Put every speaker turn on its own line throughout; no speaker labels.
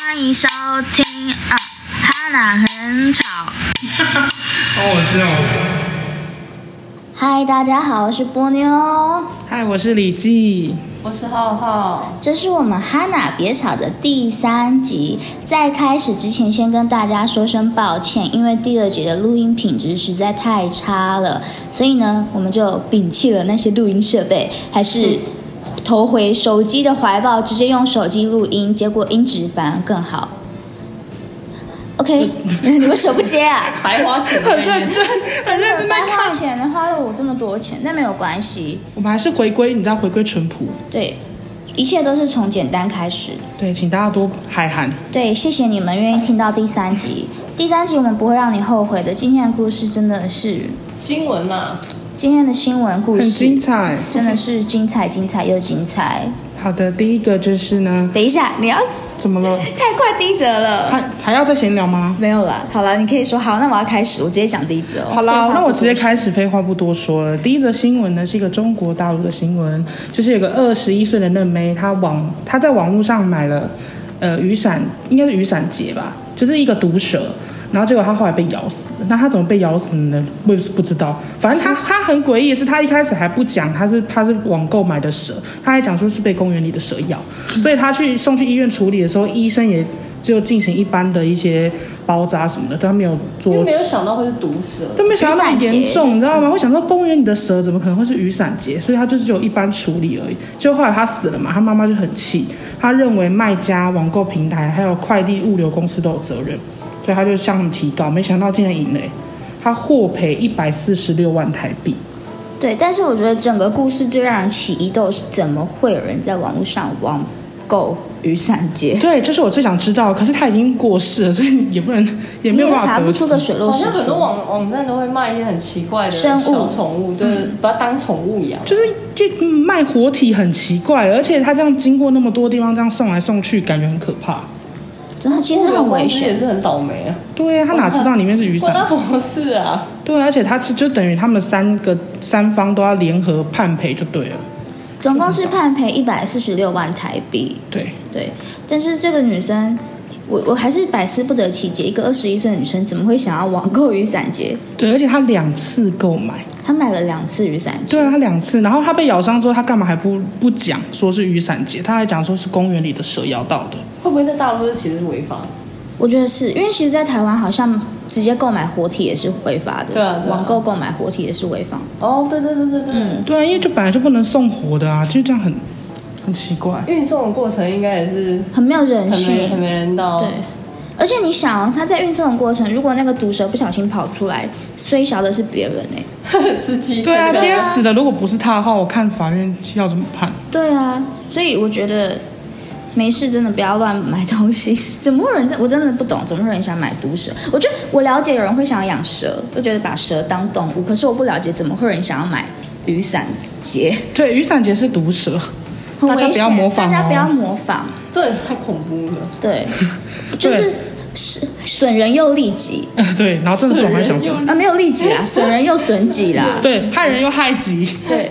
欢迎收听啊，哈娜很吵。
好恶心哦！
嗨，大家好，我是波妞，
嗨，我是李记。
我是浩浩，
这是我们哈娜别吵的第三集。在开始之前，先跟大家说声抱歉，因为第二集的录音品质实在太差了，所以呢，我们就摒弃了那些录音设备，还 是投回手机的怀抱，直接用手机录音，结果音质反而更好。OK，你 们手不接啊？
白花钱的概念，
很认真在
白花
看，
钱了，花了我这么多钱，但没有关系，
我们还是回归，你知道回归淳朴。
对，一切都是从简单开始。
对，请大家多海涵。
对，谢谢你们愿意听到第三集。第三集我们不会让你后悔的。今天的故事真的是
新闻嘛，
今天的新闻故
很精
事，
彩。
真的是精彩、精彩又精彩。
好的，第一个就是呢，
等一下，你要
怎么了？
太快第一则了。
还还要再闲聊吗？
没有啦，好了，你可以说好，那我要开始，我直接讲第一则哦。
好啦，那我直接
开。
开始，废话不多说了。第一则新闻呢是一个中国大陆的新闻，就是有个二十一岁的嫩妹，她网她在网络上买了呃雨伞，应该是雨伞节吧，就是一个毒蛇，然后结果她后来被咬死。那她怎么被咬死呢？我也是不知道。反正她她很诡异的是，她一开始还不讲她是她是网购买的蛇，她还讲说是被公园里的蛇咬，
嗯
所以她去送去医院处理的时候，医生也。就进行一般的一些包扎什么的，但没有做
因为没有想到会是毒蛇，
就没想到那么严重，你知道吗？我想说公园里的蛇怎么可能会是雨伞节，所以他就是只有一般处理而已。就后来他死了嘛，他妈妈就很气，他认为卖家、网购平台还有快递物流公司都有责任，所以他就向他们提告，没想到竟然赢了、欸他获赔一百四十六万台币。
对，但是我觉得整个故事最让人起疑的是，怎么会有人在网络上网购雨伞节？
对，这是我最想知道的，可是他已经过世了，所以也不能也
你
没有
也
办法
查
得
不出个
知。
水落
好
石
像很多
出。
网网站都会卖一些很奇怪的
生物
小宠物，对，把它当宠物养。
就是就嗯卖活体很奇怪，而且他这样经过那么多地方，这样送来送去，感觉很可怕。
真的，其实很危
物流公司也
险。
是很倒霉啊，
对啊，他哪知道里面是雨伞
关？他什么事啊？
对，而且他就就等于他们三个三方都要联合判赔就对了。
总共是判赔一百四十六万台币。
对，
对，但是这个女生，我我还是百思不得其解，一个二十一岁的女生怎么会想要网购雨伞节？
对，而且他两次购买，
她买了两次雨伞节，
对啊，他两次，然后他被咬伤之后，他干嘛还不不讲说是雨伞节，他还讲说是公园里的蛇咬到的。
会不会在大陆这其实是违法？
我觉得是因为其实，在台湾好像直接购买活体也是违法的，
对啊对啊
网购购买活体也是违法。
哦，对对对对对，
对啊，因为就本来就不能送活的啊，就这样很很奇怪。
运送的过程应该也是
很没有人
很没很
性，
没人
哦
道，
对，。而且你想哦，她在运送的过程，如果那个毒蛇不小心跑出来，虽小的是别人哎、
司机
对啊，
看
今
起来
天死的如果不是他的话，我看法院要怎么判。
对啊，所以我觉得没事，真的不要乱买东西。 怎么会有人在？我真的不懂，怎么会有人想买毒蛇？我觉得我了解有人会想要养蛇，就觉得把蛇当动物，可是我不了解怎么会有人想要买雨伞节，
对，雨伞节是毒蛇，
很
大家
危
不要
险
模仿
大家
哦
不要模仿，
真的是太恐怖了，
对，就是是损人又利己
对，然后真的不懂还想什么。
啊，没有利己 啦，损人又损己啦，
对，害人又害己。
对。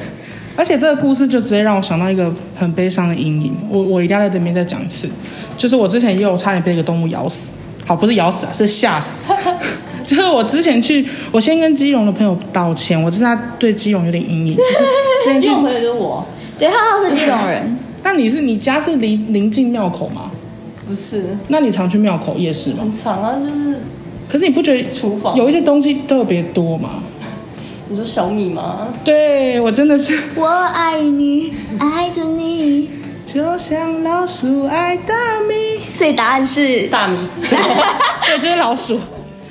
而且这个故事就直接让我想到一个很悲伤的阴影，我我一定要在这边再讲一次，就是我之前也有差点被一个动物咬死，好不是咬死啊，是吓死。 就是我之前去，我先跟基隆的朋友道歉，我真的对基隆有点阴影。就是之前
这种
去，
朋友就是我，
对，浩浩是基隆人，
那你是你家是离临近庙口吗？
不是
那你常去庙口夜市吗？
很长啊，就是
可是你不觉得
厨房
有一些东西特别多吗？
你说小米吗？
对我真的是
我爱你，爱着你，
就像老鼠爱大米。
所以答案是
大 米，
对，就是老鼠。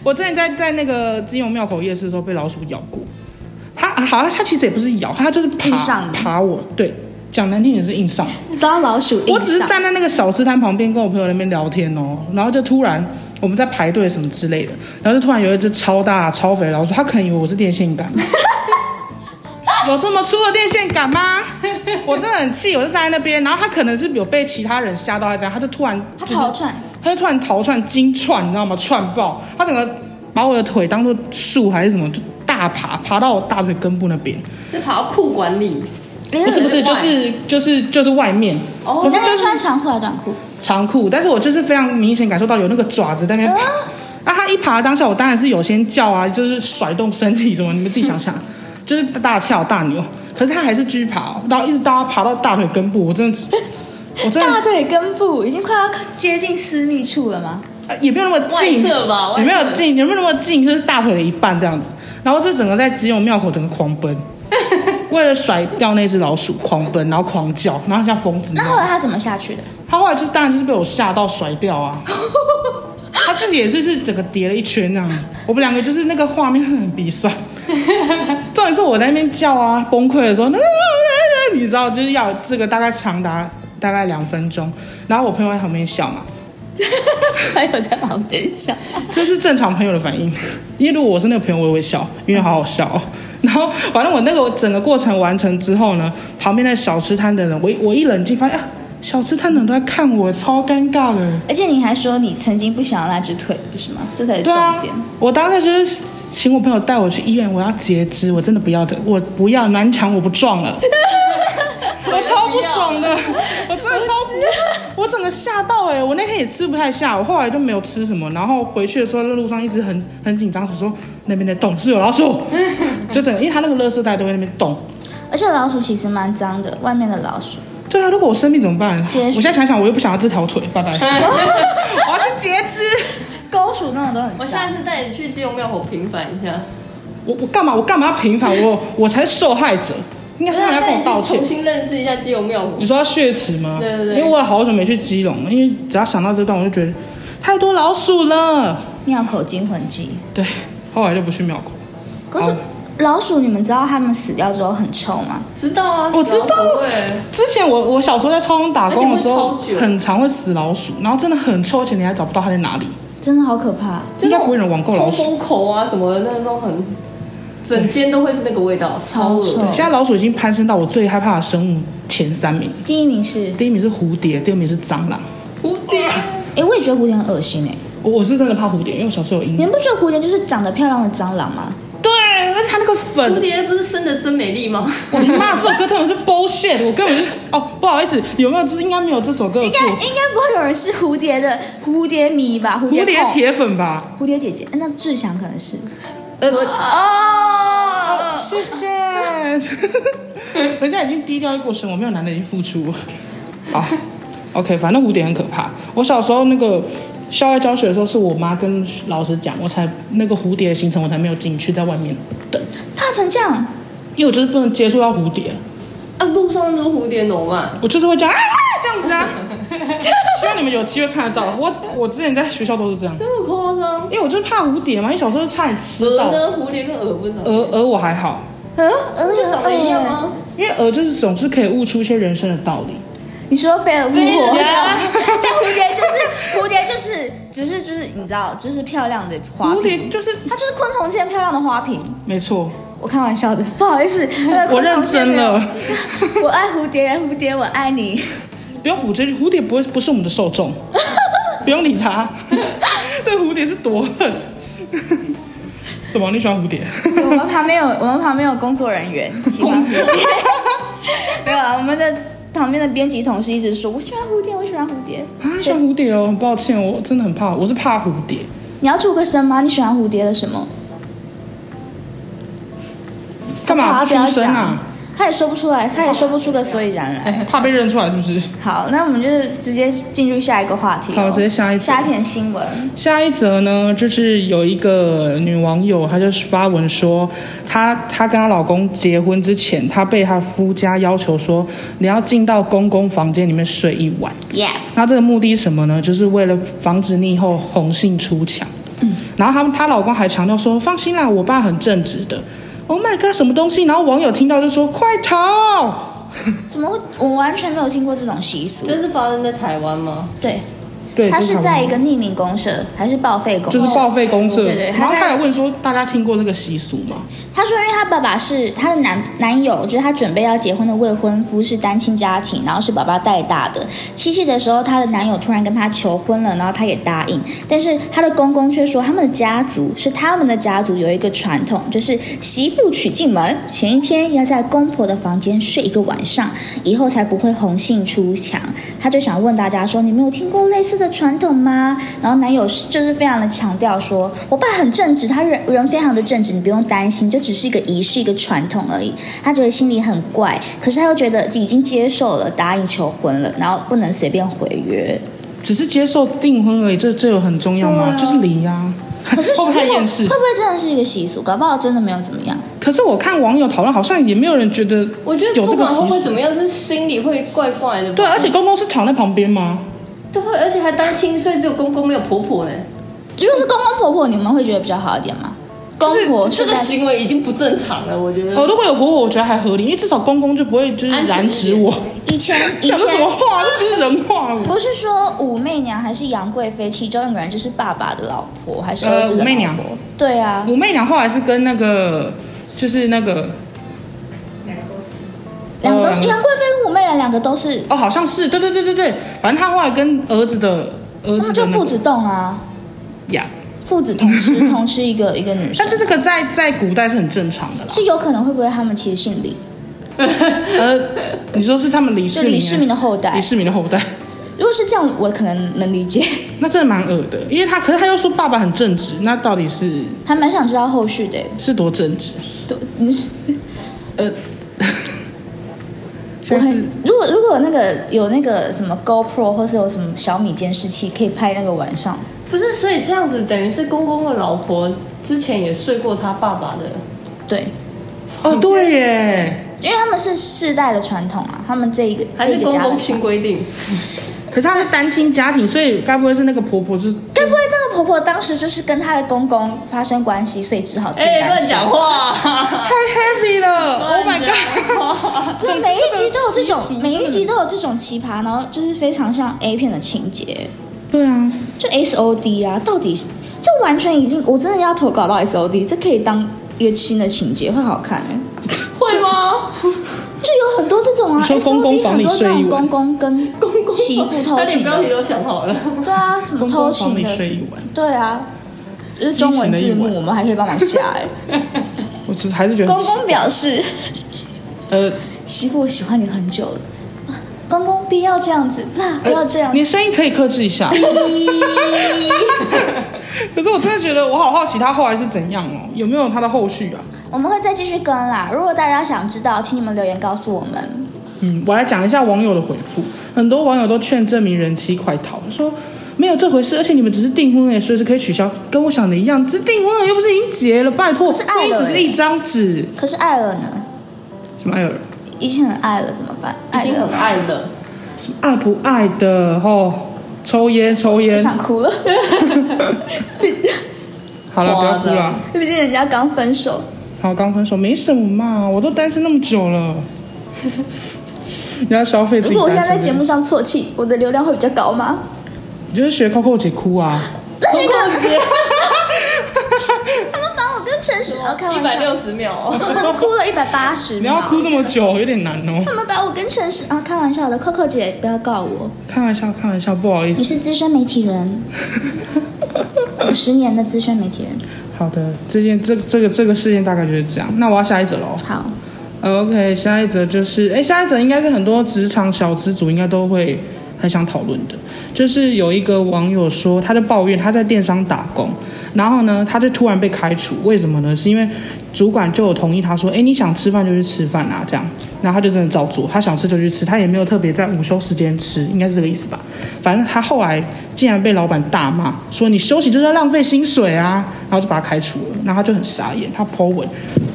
我之前在在那个金融庙口夜市的时候被老鼠咬过，它啊好像它其实也不是咬，它就是爬
硬上你
爬我。对，讲难听点是硬上。
遭老鼠
我
硬
只是
上。
站在那个小吃摊旁边跟我朋友在那边聊天哦，然后就突然我们在排队什么之类的，然后就突然有一只超大超肥的老鼠，它可能以为我是电线 杆。有这么粗的电线杆吗？我真的很气，我就站在那边，然后它可能是有被其他人吓到，还是怎样，它就突然
他
就是
逃窜，
他就突然逃窜惊窜，你知道吗？窜爆，他整个把我的腿当做树还是什么，就大爬，爬到我大腿根部那边。
是跑到裤管里，
不
不是不是，
另
就
外
是就是就是外面，
哦
可是
那
就
他
是
穿长裤还是短裤？
长裤，但是我就是非常明显感受到有那个爪子在那边爬。那、他一爬的当下，我当然是有先叫啊，就是甩动身体什么，你们自己想想， 就是大跳大扭。可是他还是继续爬哦，然后一直到他爬到大腿根部，我真的，我真的
大腿根部已经快要接近私密处了吗？
呃也没有那么近，
外侧吧外侧
也没有近，也没有那么近，就是大腿的一半这样子。然后就整个在基隆庙口整个狂奔，为了甩掉那只老鼠狂奔，然后狂叫，然后像疯子一
那后来
样。
他怎么下 去的？
他后来就是当然就是被我吓到甩掉啊，他自己也是是整个叠了一圈那样。我们两个就是那个画面很鼻酸，重点是我在那边叫啊，崩溃的时候，啊啊啊你知道就是要这个大概长达大概两分钟，然后我朋友在旁边笑嘛。
还有在旁边笑，
这是正常朋友的反应，因为如果我是那个朋友，我也会笑，因为好好笑、哦。然后，反正我那个整个过程完成之后呢，旁边的小吃摊的人，我一我一冷静发现啊，小吃摊的人都在看我，超尴尬的。
而且你还说你曾经不想要那只腿，不是吗？这才是
对
重
啊
点。，
我当时就是请我朋友带我去医院，我要截肢，我真的不要的，我不要南墙，我不撞了。 我超不爽的，我真的超 不，我整个吓到哎、我那天也吃不太下，我后来就没有吃什么，然后回去的时候路上一直很很紧张，想说那边在动是有老 鼠，就整个因为它那个垃圾袋都会在那边动。
而且老鼠其实蛮脏的，外面的老鼠。
对啊，如果我生病怎么办？
结束
我现在想想，我又不想要这条腿，拜 拜，我要去截肢。
狗鼠那种都很
我
脏
下次带你去基隆庙口平反一下，
我我干嘛？我干嘛要平反？我我才是受害者，应该是他们要跟我道歉
啊重。新认识一下基隆庙口
你。说要血池吗？
对对对
因为我也好久没去基隆了，因为只要想到这段，我就觉得太多老鼠了。
妙口惊魂记。哦
对，后来就不去庙口。
可是
好
老鼠，你们知道它们死掉之后很臭吗？
知道啊，
我知道
对，
之前我我小时候在超市打工的时候
而且会超，久
很常会死老鼠，然后真的很臭，而且你还找不到它在哪里。
真的好可怕。
应该不会有人网购老鼠
通风口啊什么的，那种很，整间都会是那个味道，
超
恶
臭
心。
现在老鼠已经攀升到我最害怕的生物前三名，
第一名是，
第一名是蝴蝶，第二名是蟑螂。
蝴 蝶，
哎，我也觉得蝴蝶很恶心哎、
我我是真的怕蝴蝶，因为我小时候有阴
你
影。
们不觉得蝴蝶就是长得漂亮的蟑螂吗？
对，而且它那个粉
蝴蝶不是生的真美丽吗？
我妈这首歌根本就 bullshit，我根本就哦，不好意思，有没有这应该没有这首歌的
应该
作词
应该不会有人是蝴蝶的蝴蝶迷吧？蝴
蝴
蝶
蝶
控
铁粉吧？
蝴蝶姐姐，哎那志祥可能是
呃，
哦，
谢 谢，人家已经低调过生活，没有男的已经付出。好，OK，反正蝴蝶很可怕。我小时候那个校外教学的时候，是我妈跟老师讲，我才那个蝴蝶的行程我才没有进去，在外面等，
怕成这样，
因为我就是不能接触到蝴蝶，
啊，路上都是蝴蝶怎么办？
我就是会讲啊啊这样子啊。 希望你们有机会看得到，我我之前在学校都是这样。
那么夸张？
因为我就是怕蝴蝶嘛，因为小时候差点吃到
鹅。呢？蝴蝶跟鹅不是长得
鹅鹅我还好，
鹅
就长得一
呃
样？吗？
因为鹅就是总是可以悟出一些人生的道理。
你说飞蛾扑火，
飞
但
蛾
蝴蝶就是蝴蝶就是只是就是你知道，就是漂亮的花瓶，
蝴蝶就是
它就是昆虫界漂亮的花瓶。
没错，
我开玩笑的，不好意 思，那个
我
昆虫
认
界
真
没有
了。，
我爱蝴蝶，蝴蝶我爱你。
不用补这句，蝴蝶不会不是我们的受众，不用理他。 对蝴蝶是多恨。 怎么你喜欢蝴蝶？
我们旁边有我们旁边有工作人 员喜欢蝴蝶，没有啊，我们的旁边的编辑同事一直说，我喜欢蝴蝶，我喜欢蝴蝶。
啊，你喜欢蝴蝶哦，很抱歉，我真的很怕，我是怕蝴蝶。
你要出个声吗？你喜欢蝴蝶的什么？
干嘛
好
出
不要
声
讲
啊？？
他也说不出来，他也说不出个所以然 来。
怕被认出来是不是？
好，那我们就是直接进入下一个话题哦、
好直接下一题
下一点新闻。
下一则呢，就是有一个女网友，她就发文说，她她跟她老公结婚之前，她被她夫家要求说，你要进到公公房间里面睡一晚。
Yeah，
那这个目的是什么呢？就是为了防止你以后红杏出墙。嗯，然后她她老公还强调说，放心啦，我爸很正直的。Oh my god，什么东西？然后网友听到就说，快逃！
怎么会？我完全没有听过这种习俗。
这是发生在台湾吗？
对，
对，
他
就是台湾
在一个匿名公社还是报废公社？
就是报废公社，
对对
然后
他在
他还问说大家听过这个习俗吗？
他说，因为他爸爸是他的男男友，就是他准备要结婚的未婚夫是单亲家庭，然后是爸爸带大的。七夕的时候，她的男友突然跟她求婚了，然后她也答应，但是她的公公却说，他们的家族是他们的家族有一个传统，就是媳妇娶进门前一天要在公婆的房间睡一个晚上，以后才不会红杏出墙。她就想问大家说，你们有听过类似的传统吗？然后男友是就是非常的强调说，我爸很正直，他人人非常的正直，你不用担心，就只是一个仪式，一个传统而已。他觉得心里很怪，可是他又觉得已经接受了，答应求婚了，然后不能随便毁 约。
只是接受订婚而已，这这有很重要吗？就是离呀、啊，
可是
会不会太
如果
厌世
会不？会真的是一个习俗？搞不好真的没有怎么样。
可是我看网友讨论，好像也没有人觉得
我觉得
有
不
这个
管会
习
不会
俗。
怎么样，就是心里会怪怪的吧。
对，啊而且公公是躺在旁边吗？
对，而且还单亲，所以只有公公没有婆婆呢。
如果是公公婆婆，你们会觉得比较好一点吗？公
是
婆
这
是
个
在
行为已经不正常了，我觉得。
哦，如果有婆婆，我觉得还合理，因为至少公公就不会就是
嗯安全一点
染指我。
以前以
讲的什
前
么话？这不是人话吗？
不是说武媚娘还是杨贵妃，其中一个人就是爸爸的老婆还是儿
呃，
子
武
的老婆？
媚娘，
对啊，
武媚娘后来是跟那个就是那个
两个都
呃
是杨贵妃跟武媚娘两个都是，
哦，好像是对对对对对，反正她后来跟儿子的儿
他
子
们
的
就
那
父
个
子洞啊，
呀，
父子同 吃同吃一个一个女生
但。是这个在在古代是很正常的啦。
是有可能会不会他们其实姓李，
呃，你说是他们李世
就
民啊，
李世民的后代
李。世民的后代，
如果是这样，我可能能理解，
那真的蛮恶的，因为他可是他又说爸爸很正直，那到底是
还蛮想知道后续的。
是多正直？
对，你是
呃，
我
现在
很
是
如果如果那个有那个什么 GoPro 或是有什么小米监视器，可以拍那个晚上。
不是，所以这样子等于是公公的老婆之前也睡过他爸爸的。
对，
哦对耶，
因为他们是世代的传统啊，他们这一个
还
这
是
一个
公
家的
公
传
新 规定，
可是他是单亲家庭，所以该不会是那个婆婆就是
该不会那个婆婆当时就是跟她的公公发生关系，所以只好订
哎，
单
乱
身
讲话！
太 happy 了？Oh my
乱讲
god！
话
就
总之
每一集
个
都有这
习俗嗯
种，每一集
真的
都有这种奇葩，然后就是非常像 A 片的情节，
对啊，
就 S O D 啊，到底是这完全已经，我真的要投稿到 S O D，这可以当一个新的情节，会好看、欸。
会 吗？
就有很多这种啊
你说
，S
公
O
公
D
房
很
里
多这
睡一
种公
晚
公跟
公公
媳妇偷
那你
情
标题
的，
都想好 了。
对啊，怎么
公
偷
公房
情
里
的，
睡一晚，
对啊，就是中文字
激情的一
幕，
晚
我们还可以帮忙下 哎、
我只还是觉得
公
很
公表示。
呃，
媳妇，我喜欢你很久了。啊公公，不要这样子，爸，
哎
不要这样
呃你。的声音可以克制 一下。可是我真的觉得，我好好奇他后来是怎样哦，有没有他的后续啊？
我们会再继续跟啦。如果大家想知道，请你们留言告诉我们。
嗯，我来讲一下网友的回复，很多网友都劝证明人妻快逃，说没有这回事，而且你们只是订婚而已，所以是可以取消，跟我想的一样，只是订婚而已，又不是已经结了，拜托，
可是爱了
婚姻只是一张纸，
可是爱了呢？
什么爱尔，
已经很爱了，怎么办？
已
爱
经
了
很，爱了，
什么爱不爱的哦，抽烟抽
我
烟，
想哭了。 毕竟，
好了，不要哭了，
毕竟人家刚分手。
好，刚分手没什么嘛，我都单身那么久了，你要消费自己。
如果我现在在节目，上啜泣，我的流量会比较高吗？
你就是学 Coco 姐哭啊，
那那个， 他们把我跟 陈世哦，开
一
玩
百
笑，
六十秒。
我哭了一百八十
你要
秒。
哭这么久有点难 哦，
他们把我跟陈世啊，开玩笑的，Coco 姐不要告我。
开玩笑，开玩笑，不好意思
你。是资深媒体 人，五十年的资深媒体人。
好的，这件这这个这个事件大概就是这样。那我要下一则喽。
好，
OK，下一则就是，哎，下一则应该是很多职场小资主应该都会很想讨论的，就是有一个网友说，他就抱怨他在电商打工，然后呢，他就突然被开除，为什么呢？是因为主管就有同意他说，哎，你想吃饭就去吃饭啊，这样，然后他就真的照做，他想吃就去吃，他也没有特别在午休时间吃，应该是这个意思吧。反正他后来竟然被老板大骂，说你休息就是在浪费薪水啊，然后就把他开除了，然后他就很傻眼，他 po 文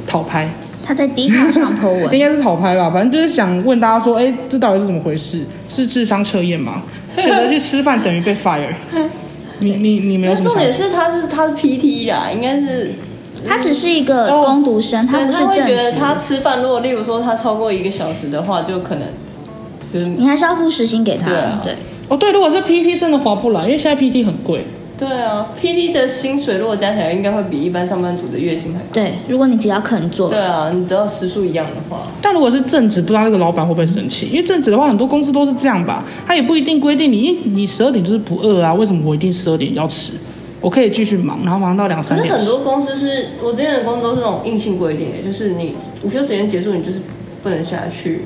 讨拍。
他在迪卡上 po 文，
应该是讨拍吧，反正就是想问大家说，哎、这到底是怎么回事？是智商测验吗？选择去吃饭等于被 fire？你你你没有
那
什么
重
想
点是他是他是 PT 啦，啊应该是
他只是一个
哦
攻读生，他
对
不是
会
正
觉得
职。
他吃饭，如果例如说他超过一个小时的话，就可能就是
你还是要付时薪给他
对啊，
对，
哦，对，如果是 PT 真的划不来，因为现在 PT 很贵。
对啊，PD 的薪水如果加起来，应该会比一般上班族的月薪还高。
对，如果你只要肯做
对，啊，你只要时数一样的话，
但如果是正职，不知道那个老板会不会生气？因为正职的话，很多公司都是这样吧，他也不一定规定你，因为你十二点就是不饿啊，为什么我一定十二点要吃？我可以继续忙，然后忙到两
可
三
是
点。
很多公司是我之前的公司都是那种硬性规定的，就是你午休时间结束，你就是不能下去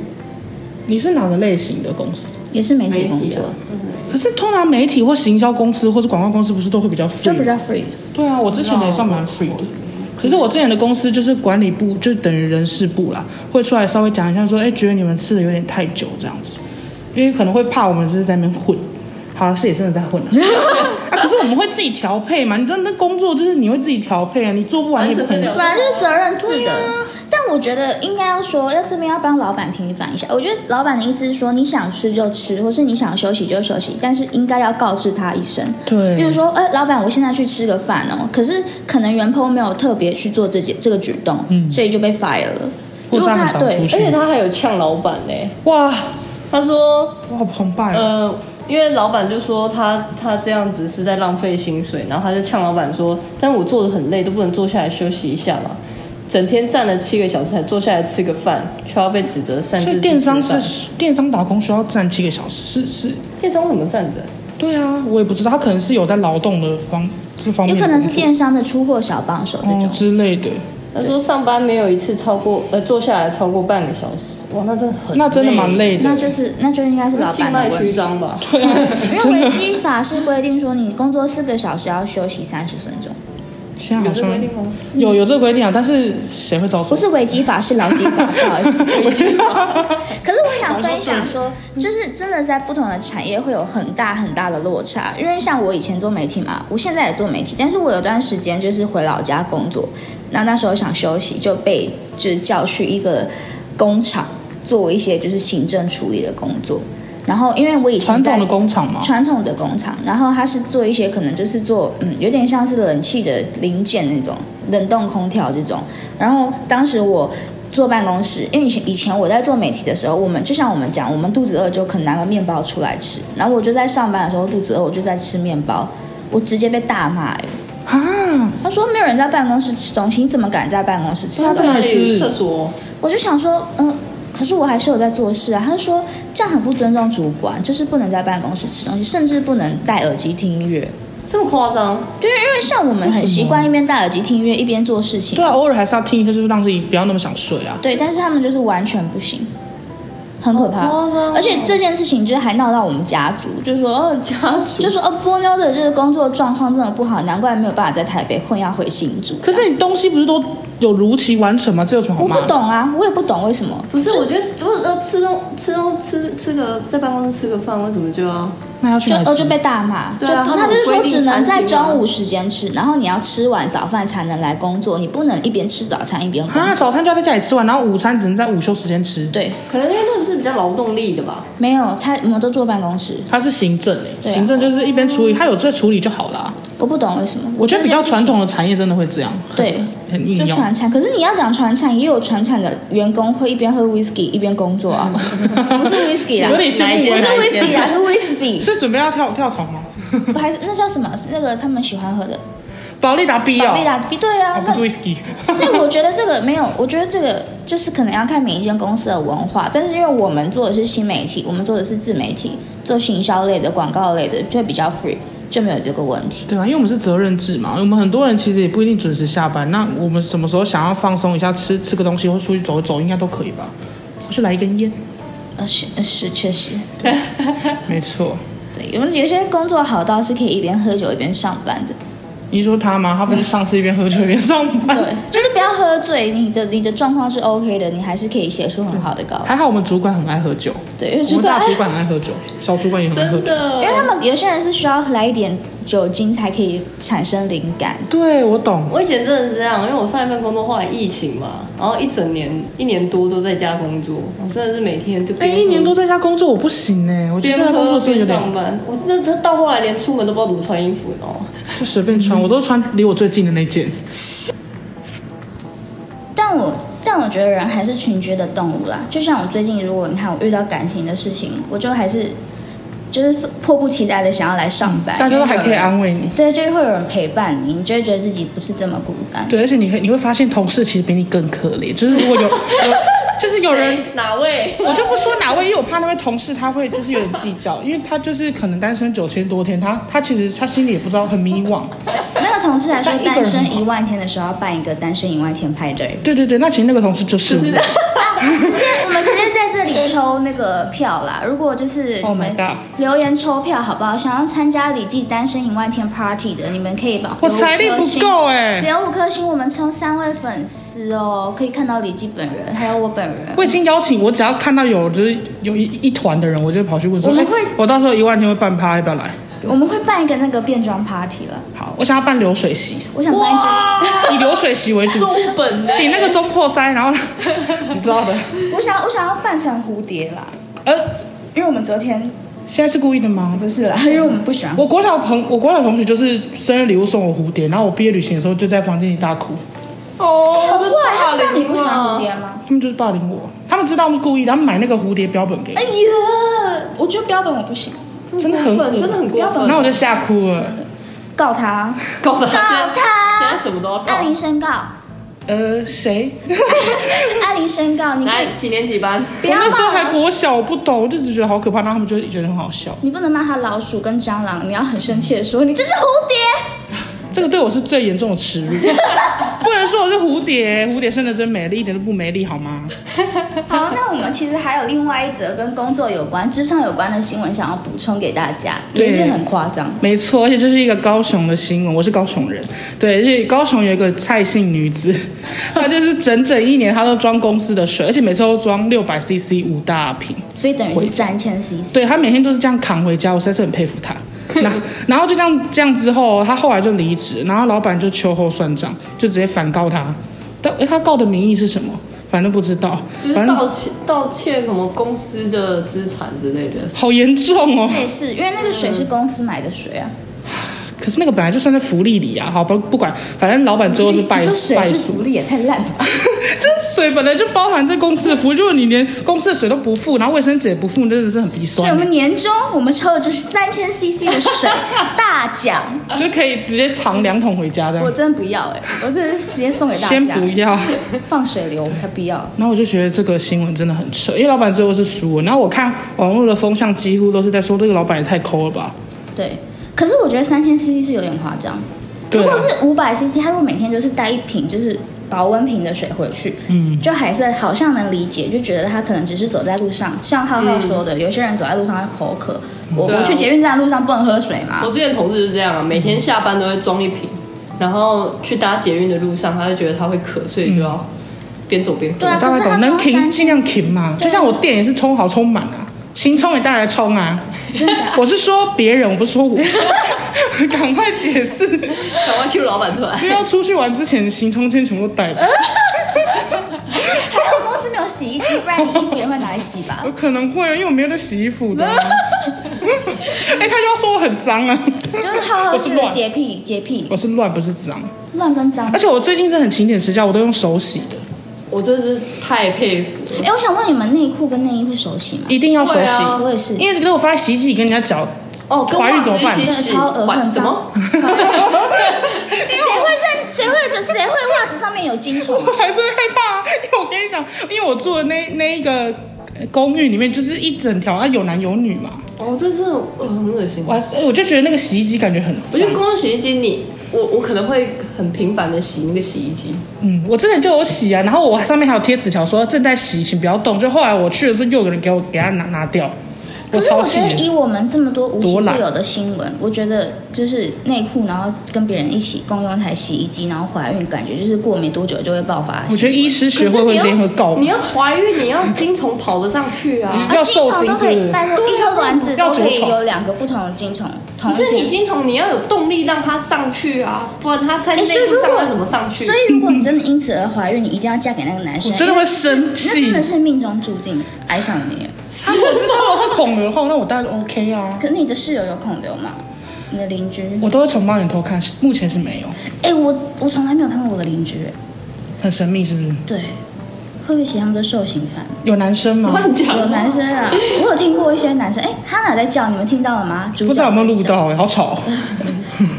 你是哪个类型的公司？
也是媒
媒
体工
体
作
啊，。嗯
可是通常媒体或行销公司或者广告公司不是都会比较 free？
就比较 free。
对啊，我之前的也算蛮 free 的。只是我之前的公司就是管理部，就等于人事部啦，会出来稍微讲一下说，哎，觉得你们吃的有点太久这样子，因为可能会怕我们就是在那边混。好了，是也真的在混 了啊，可是我们会自己调配嘛，你知道那工作就是你会自己调配啊，你做不完你也不可
完
能
成不
本来就是责任制的。但我觉得应该要说，要这边要帮老板平反一下。我觉得老板的意思是说，你想吃就吃，或是你想休息就休息，但是应该要告知他一声。
对
比如说，哎、老板，我现在去吃个饭哦，可是可能原 po 没有特别去做这件这个举动，所以就被 fire 了。
嗯或
如
是
果
他很
他
常
对
出，
而且
去。
他还有呛老板呢、
哇，
他说
我好澎湃哦！
呃，因为老板就说他他这样子是在浪费薪水，然后他就呛老板说：“但我做的很累，都不能坐下来休息一下嘛，整天站了七个小时才坐下来吃个饭，却要被指责擅
所
呃自
以
去
电
吃
商
饭
是电商打工需要站七个小时，是是，
电商怎么站着？
对啊，我也不知道，他可能是有在劳动的方这方
有
面
可
的工作，
能是电商的出货小帮手这种
哦。之类的。
他说上班没有一次超过呃坐下来超过半个小时，哇，那真的很
那真的蛮累的。
那就是，那就应该是老
静
板
脉
的问
曲
题。
张吧？
因为维基法是规定说，你工作四个小时要休息三十分钟。
现在
有
好
这规
像
定吗？
有有这个规定啊，但是谁会照做？
不是维基法，是劳基 法，不好意思。
有这个
可是我想分享说，就是真的在不同的产业会有很大很大的落差，因为像我以前做媒体嘛，我现在也做媒体，但是我有段时间就是回老家工作，那那时候想休息，就被就是叫去一个工厂做一些就是行政处理的工作，然后因为我以前
传
在
统的工厂嘛，
传统的工厂，然后它是做一些可能就是做嗯，有点像是冷气的零件那种，冷冻空调这种。然后当时我坐办公室，因为以前以前我在做媒体的时候，我们就像我们讲，我们肚子饿就可能拿个面包出来吃。然后我就在上班的时候肚子饿，我就在吃面包，我直接被大骂、欸。
啊，
他说没有人在办公室吃东西，你怎么敢在办公室吃
那
东
这
啊
西？
个还是
厕所，
我就想说，嗯，可是我还是有在做事啊。他就说这样很不尊重主管，就是不能在办公室吃东西，甚至不能戴耳机听音乐。
这么夸张？
对，因为像我们很习惯一边戴耳机听音乐一边做事情，
对啊，偶尔还是要听一下，就是让自己不要那么想睡啊。
对但是他们就是完全不行，很可怕。
好夸张哦
而且这件事情就是还闹到我们家族，就说哦，
家族
就说哦，波妞的这个工作状况真的不好，难怪没有办法在台北混，要回新竹。
可是你东西不是都有如期完成吗？这有什么好
我
骂
不
的？
懂啊，我也不懂为什么。
不是，我觉得如果要吃东吃东吃吃个在办公室吃个饭，为什么就要？
那要去
就
哪里
哦就
吃？
被大骂，就
对啊他们
他就是说
有规定
只能在
餐厅啊
中午时间吃，然后你要吃完早饭才能来工作，你不能一边吃早餐一边工
啊，
作。
早餐就要在家里吃完，然后午餐只能在午休时间吃。
对，
可能因为那个是比较劳动力的吧。
没有他我们都坐办公室，
它是行政诶、
对啊
行政就是一边处理，它有在处理就好啦。
我不懂为什么。
我觉得比较传
这件
统的产业真的会这样，很
对，
很硬
事情。就
用。
传产，可是你要讲传产，也有传产的员工会一边喝 whisky 一边工作啊，不是 whisky 啦，
有点羡
哪一
慕
间
不是
哪
欸，
一间
whisky 啦，是 whisky，
是准备要跳跳槽吗？
不还是那叫什么？是那个他们喜欢喝的
保利达 B 哦
宝，丽达，对啊
哦，不
那
是 whisky。
所以我觉得这个没有，我觉得这个就是可能要看每一间公司的文化，但是因为我们做的是新媒体，我们做的是自媒体，做行销类的、广告类的就比较 free，就没有这个问题。
对啊，因为我们是责任制嘛，我们很多人其实也不一定准时下班。那我们什么时候想要放松一下，吃吃个东西或出去走一走，应该都可以吧？或是来一根烟，
呃，是呃是，确实，
没错。
对，有有些工作好到是可以一边喝酒一边上班的，
你说他吗？他不是上次一边喝酒一边上 班？
对，就是不要喝醉，你的你的状况是 OK 的，你还是可以写出很好的稿，
还好我们主管很爱喝酒，
对，因为
我
这
们
个
大主管很爱喝酒，小主管也很爱喝酒。
的
因为他们有些人是需要来一点酒精才可以产生灵感，
对，我懂。
我以前真的是这样，因为我上一份工作后来疫情嘛，然后一整年一年多都在家工作，我真的是每天就
哎，
边喝
一年多在家工作我不行哎、我觉得
边
在家工作
喝
真的有
边
点
上班，我真的到后来连出门都不知道怎么穿衣服，你知道吗？
就随便穿，我都穿离我最近的那件。
但我但我觉得人还是群居的动物啦，就像我最近，如果你看我遇到感情的事情，我就还是就是迫不及待的想要来上班，
大家都还可以
慰。
安慰你。
对，就是会有人陪伴你，你就会觉得自己不是这么孤单。
对，而且你会你会发现同事其实比你更可怜，就是如果 有有就是有人。
哪位？
我就不说哪位，因为我怕那位同事他会就是有点计较，因为他就是可能单身九千多天，他他其实他心里也不知道，很迷惘。
那个同事还说，
但一个人
单身
很好
一万天的时候要办一个单身一万天派 对。
对对对，那其实那个同事就是我。
啊，直接我们直接在这里抽那个票啦！如果就是你
Oh my
们
god
留言抽票好不好？想要参加李记单身一万天 Party 的，你们可以把
我财力不够 哎、
留五颗星，我们抽三位粉丝哦，可以看到李记本人，还有我本人。
我已经邀请，我只要看到有就是有一一团的人，我就跑去问说，
我们
哎
会
我到时候一万天会办趴，要不要来？
我们会办一个那个变装 Party 了，
好，我想要办流水席，
我想办一只，
以流水席为 主
中
题，
本呢？
请那个中破塞，然后你知道的，
我想我想要扮成蝴蝶啦，
呃，
因为我们昨天
现在是故意的吗？
不是啦，因为我们不喜欢。
我国小朋，我国小同学就是生日礼物送我蝴蝶，然后我毕业旅行的时候就在房间里大哭，
哦，
很坏，他知道你不喜欢蝴蝶吗？
他们就是霸凌我，他们知道我是故意的，他们买那个蝴蝶标本给
哎
我，
呀，我觉得标本我不行，
真的很
过分，
恶
真的很过分。
然后我就吓哭了，
告他，
搞得
告
他现在现在
他，
什么都要
艾
搞。
琳 申告，
呃，谁？
艾琳申告，你可以
来几年几班？
不
我
要
那时候还
骂老鼠，
国小，我不懂，我就只觉得好可怕，然后他们就觉得很好笑。
你不能骂他老鼠跟蟑螂，你要很生气的说你这是蝴蝶，
这个对我是最严重的耻 辱，不能说我是蝴蝶，蝴蝶生的真美丽，一点都不美丽，好吗？
好，那我们其实还有另外一则跟工作有关、职场有关的新闻，想要补充给大家，
对
也是很夸张。
没错，而且这是一个高雄的新闻，我是高雄人，对，而且高雄有一个蔡姓女子，她就是整整一年她都装公司的水，而且每次都装六百 CC 五大瓶，
所以等于
回
是三千 CC，
对她每天都是这样扛回家，我实在是很佩服她。那然后就这样这样之后，她后来就离职，然后老板就秋后算账，就直接反告她。但诶她告的名义是什么？反正不知道，
就是
反正
盗窃盗窃什么公司的资产之类的。
好严重哦。
类似，因为那个水是公司买的水啊，
可是那个本来就算在福利里啊，好不不管，反正老板最后是败
你说水
败
是
诉，
福利也太烂了吧。
就是水本来就包含在公司的福利，如果你连公司的水都不付，然后卫生纸也不付，真的是很鼻
所以我
酸，
们年终我们抽的就是三千 CC 的水大奖，
欸就可以直接扛两桶回家这
我
样。
真的不要哎、我真的是直接送给大家。
先不要，
放水流，我才不要。
然后我就觉得这个新闻真的很扯，因为老板最后是输了。然后我看网络的风向几乎都是在说这个老板也太抠了吧？
对，可是我觉得三千 CC 是有点夸张。
对
如
啊
果是五百 CC，他如果每天就是带一瓶就是保温瓶的水回去，嗯，就还是好像能理解，就觉得他可能只是走在路上，像浩浩说的，有些人走在路上会口渴，我、
对啊
我去捷运站路上不能喝水嘛
我，之前同事是这样啊，每天下班都会装一瓶，然后去搭捷运的路上，他就觉得他会渴，
嗯
所以就要边走边喝。
对啊
我大概
可是他
懂，能
装
停
三
尽量停嘛。
对啊
就像我店也是充好充满啊，新充也带来充啊。
真的假的？
我是说别人，我不是说我， 赶快解释。
赶快 Q 老板出来
就。要出去玩之前，行充签全部都带了，
还好公司没有洗衣机，不然你衣服也会拿来洗吧
有。可能会，啊因为我没有在洗衣服的、 啊。哎、他要说我很脏啊，
就是浩浩
我是
是
乱
洁癖，洁癖
我是乱不是脏，
乱跟脏
而。且我最近是很勤俭持家，我都用手洗的，
我真的是太佩服了。
哎、我想问你们内裤跟内衣会手洗吗？
一定要手洗，
会啊
我也是，
因为如果放在洗衣机里跟人家搅，
哦，跟
怀孕
袜
怎么
子一
办
起洗，
真的超恶
怀
很
什么？
谁会在谁会的谁会袜子上面有金虫
我？还是会害怕、因为我跟你讲，因为我住的那那一个呃公寓里面就是一整条啊，有男有女嘛，
哦，这是呃很恶心
我。还是我就觉得那个洗衣机感觉很
我
脏
觉。得公用洗衣机你，我我可能会很频繁的洗那个洗衣机。
嗯，我之前就有洗啊，然后我上面还有贴纸条说正在洗，请不要动。就后来我去的时候，又有人给我给他拿拿掉，
可是
超
我
气
觉得
的。
以我们这么多无奇
多
不
懒
有的新闻，我觉得就是内裤，然后跟别人一起共用一台洗衣机，然后怀孕，感觉就是过没多久就会爆发。
我觉得医师 学会
可是
会
你要
联合告我
你，要怀孕，你要精虫跑得上去啊！
啊
要
金
受
虫
精
都
是
可以，
不是？
拜托一颗卵子
要
都可
着
以
床
有两个不同的金虫，同
可
一
是你
天。
精虫，你要有动力让它上去啊，不然它在内
哎所以
裤
如
上
果
它怎么上去？
所以如果你真的因此而怀孕，你一定要嫁给那个男
我
生，
真的会生
那
气
真。的是命中注定爱上你。
他如果是他如果是孔流的话，那我当然 OK 啊。
可是你的室友有孔流吗？你的邻居？
我都会从猫眼偷看，目前是没有，
哎、我我从来没有看过我的邻居、哎
很神秘是不是？
对，会不会其实他们都受刑犯？
有男生吗？
乱讲
有男生啊，我有听过一些男生，哎，哈娜在叫，你们听到了吗？主角
不知道有没有录
在叫
到、欸，好吵。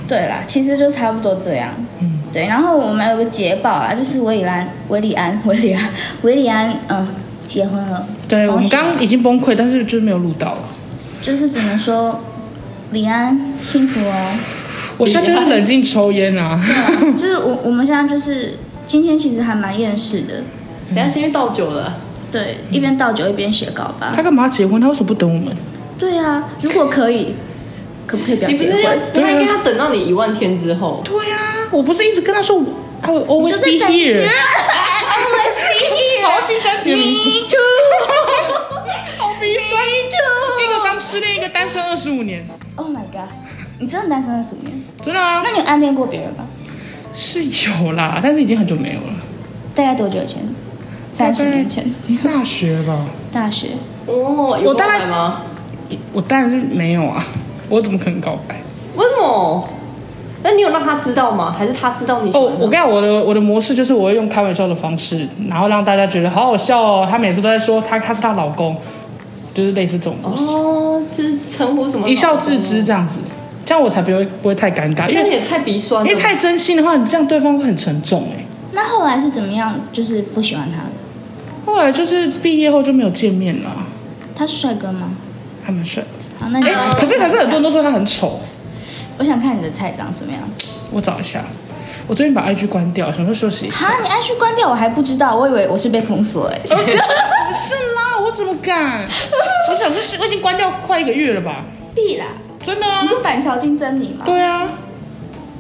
对啦，其实就差不多这样。
嗯
对，然后我们有个捷报啊，就是维里安、维里安、维里安、维里安，嗯，结婚了。
对我
恭
们
喜
刚刚已经崩溃，但是就是没有录到。
就是只能说，李安幸福哦。
我现在就是冷静抽烟啊。
对啊，就是我我们现在就是今天其实还蛮厌世的，
等一下是因为倒酒了，
对，
嗯
一边倒酒一边写稿吧
他。干嘛要结婚？他为什么不等我们？
对啊，如果可以，可不可以
嗯
不要
你不
结
是要
婚？
不是应该要等到你一万天之后？
对呀、我不是一直跟他说我 I will
你
always
就
be
是等啊
here。
always be here。
啊好新专辑的名字
Me too。好 悲
一
Me
个当失恋，一个单身二十五年，
too。Oh my god！你真的单身二十五年？
真的啊
那，你有暗恋过别人吗？
是有啦，但是已经很久没有了。
大概多久以前？三十年前，
大学吧，
大学。
哦，有
我大
告
概
白吗？
我当然是没有啊，我怎么可能告白？
为什么？那你有让他知道吗？还是他知道你喜
哦
欢他？，
我跟你讲，我的我的模式就是我会用开玩笑的方式，然后让大家觉得好好笑哦。她每次都在说她她是她老公，就是类似这种模式，
哦，就是称呼什么哦
一笑置之，这样子，这样我才不会不会太尴尬，
这
因
样
为
也太鼻酸
因
了。
为太真心的话，你这样对方会很沉重哎、
那后来是怎么样？就是不喜欢他的？
后来就是毕业后就没有见面了，
他是帅哥吗？
还蛮帅。
好，那你、
哎、可是可是很多人都说他很丑，
我想看你的菜长什么样子。
我找一下，我最近把 IG 关掉，想说休息 一下。哦
哈，你爱去关掉，我还不知道，我以为我是被封锁哎、
不是啦，我怎么敢？我想说，我已经关掉快一个月了吧？
必啦，
真的啊
你？说板桥金针你吗？
对啊，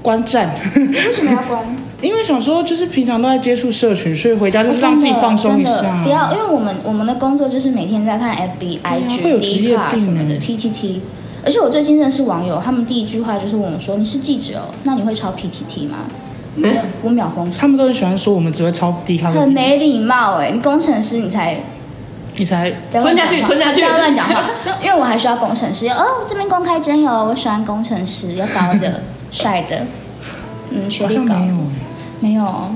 观战。
为什么啊要关？
因为想说，就是平常都在接触社群，所以回家就
我
是让自己放松一下。
不要，因为我们我们的工作就是每天在看 FB、
啊
IG、
会有职
D
业
卡
病
什么的
欸
PTT。而且我最近认识网友，他们第一句话就是问我说：“你是记者哦，那你会抄 PTT 吗？”
嗯
我说我秒封 锁，
他们都很喜欢说我们只会抄低咖
很
啡，
没礼貌
欸
哎、你工程师你才
你才
吞下去吞下去
不要乱讲 话。因为我还需要工程师哦，这边公开征友，我喜欢工程师，要高的、帅的，嗯，学
好
历
像
高
没有
的，
欸。
没有哦。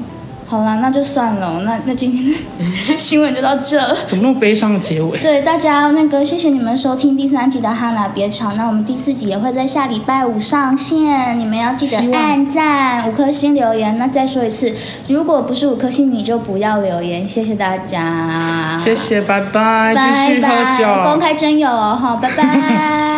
好啦，那就算了哦，那那今天 的新闻就到这。
怎么那么悲伤的结尾？
对大家，那个谢谢你们收听第三集的《哈娜别吵》，那我们第四集也会在下礼拜五上线，你们要记得
希望
按赞、五颗星留言。那再说一次，如果不是五颗星，你就不要留言，谢谢大家，
谢谢，拜拜，继续
拜
喝
啊拜，
酒。
公开真友哦，哈，拜拜。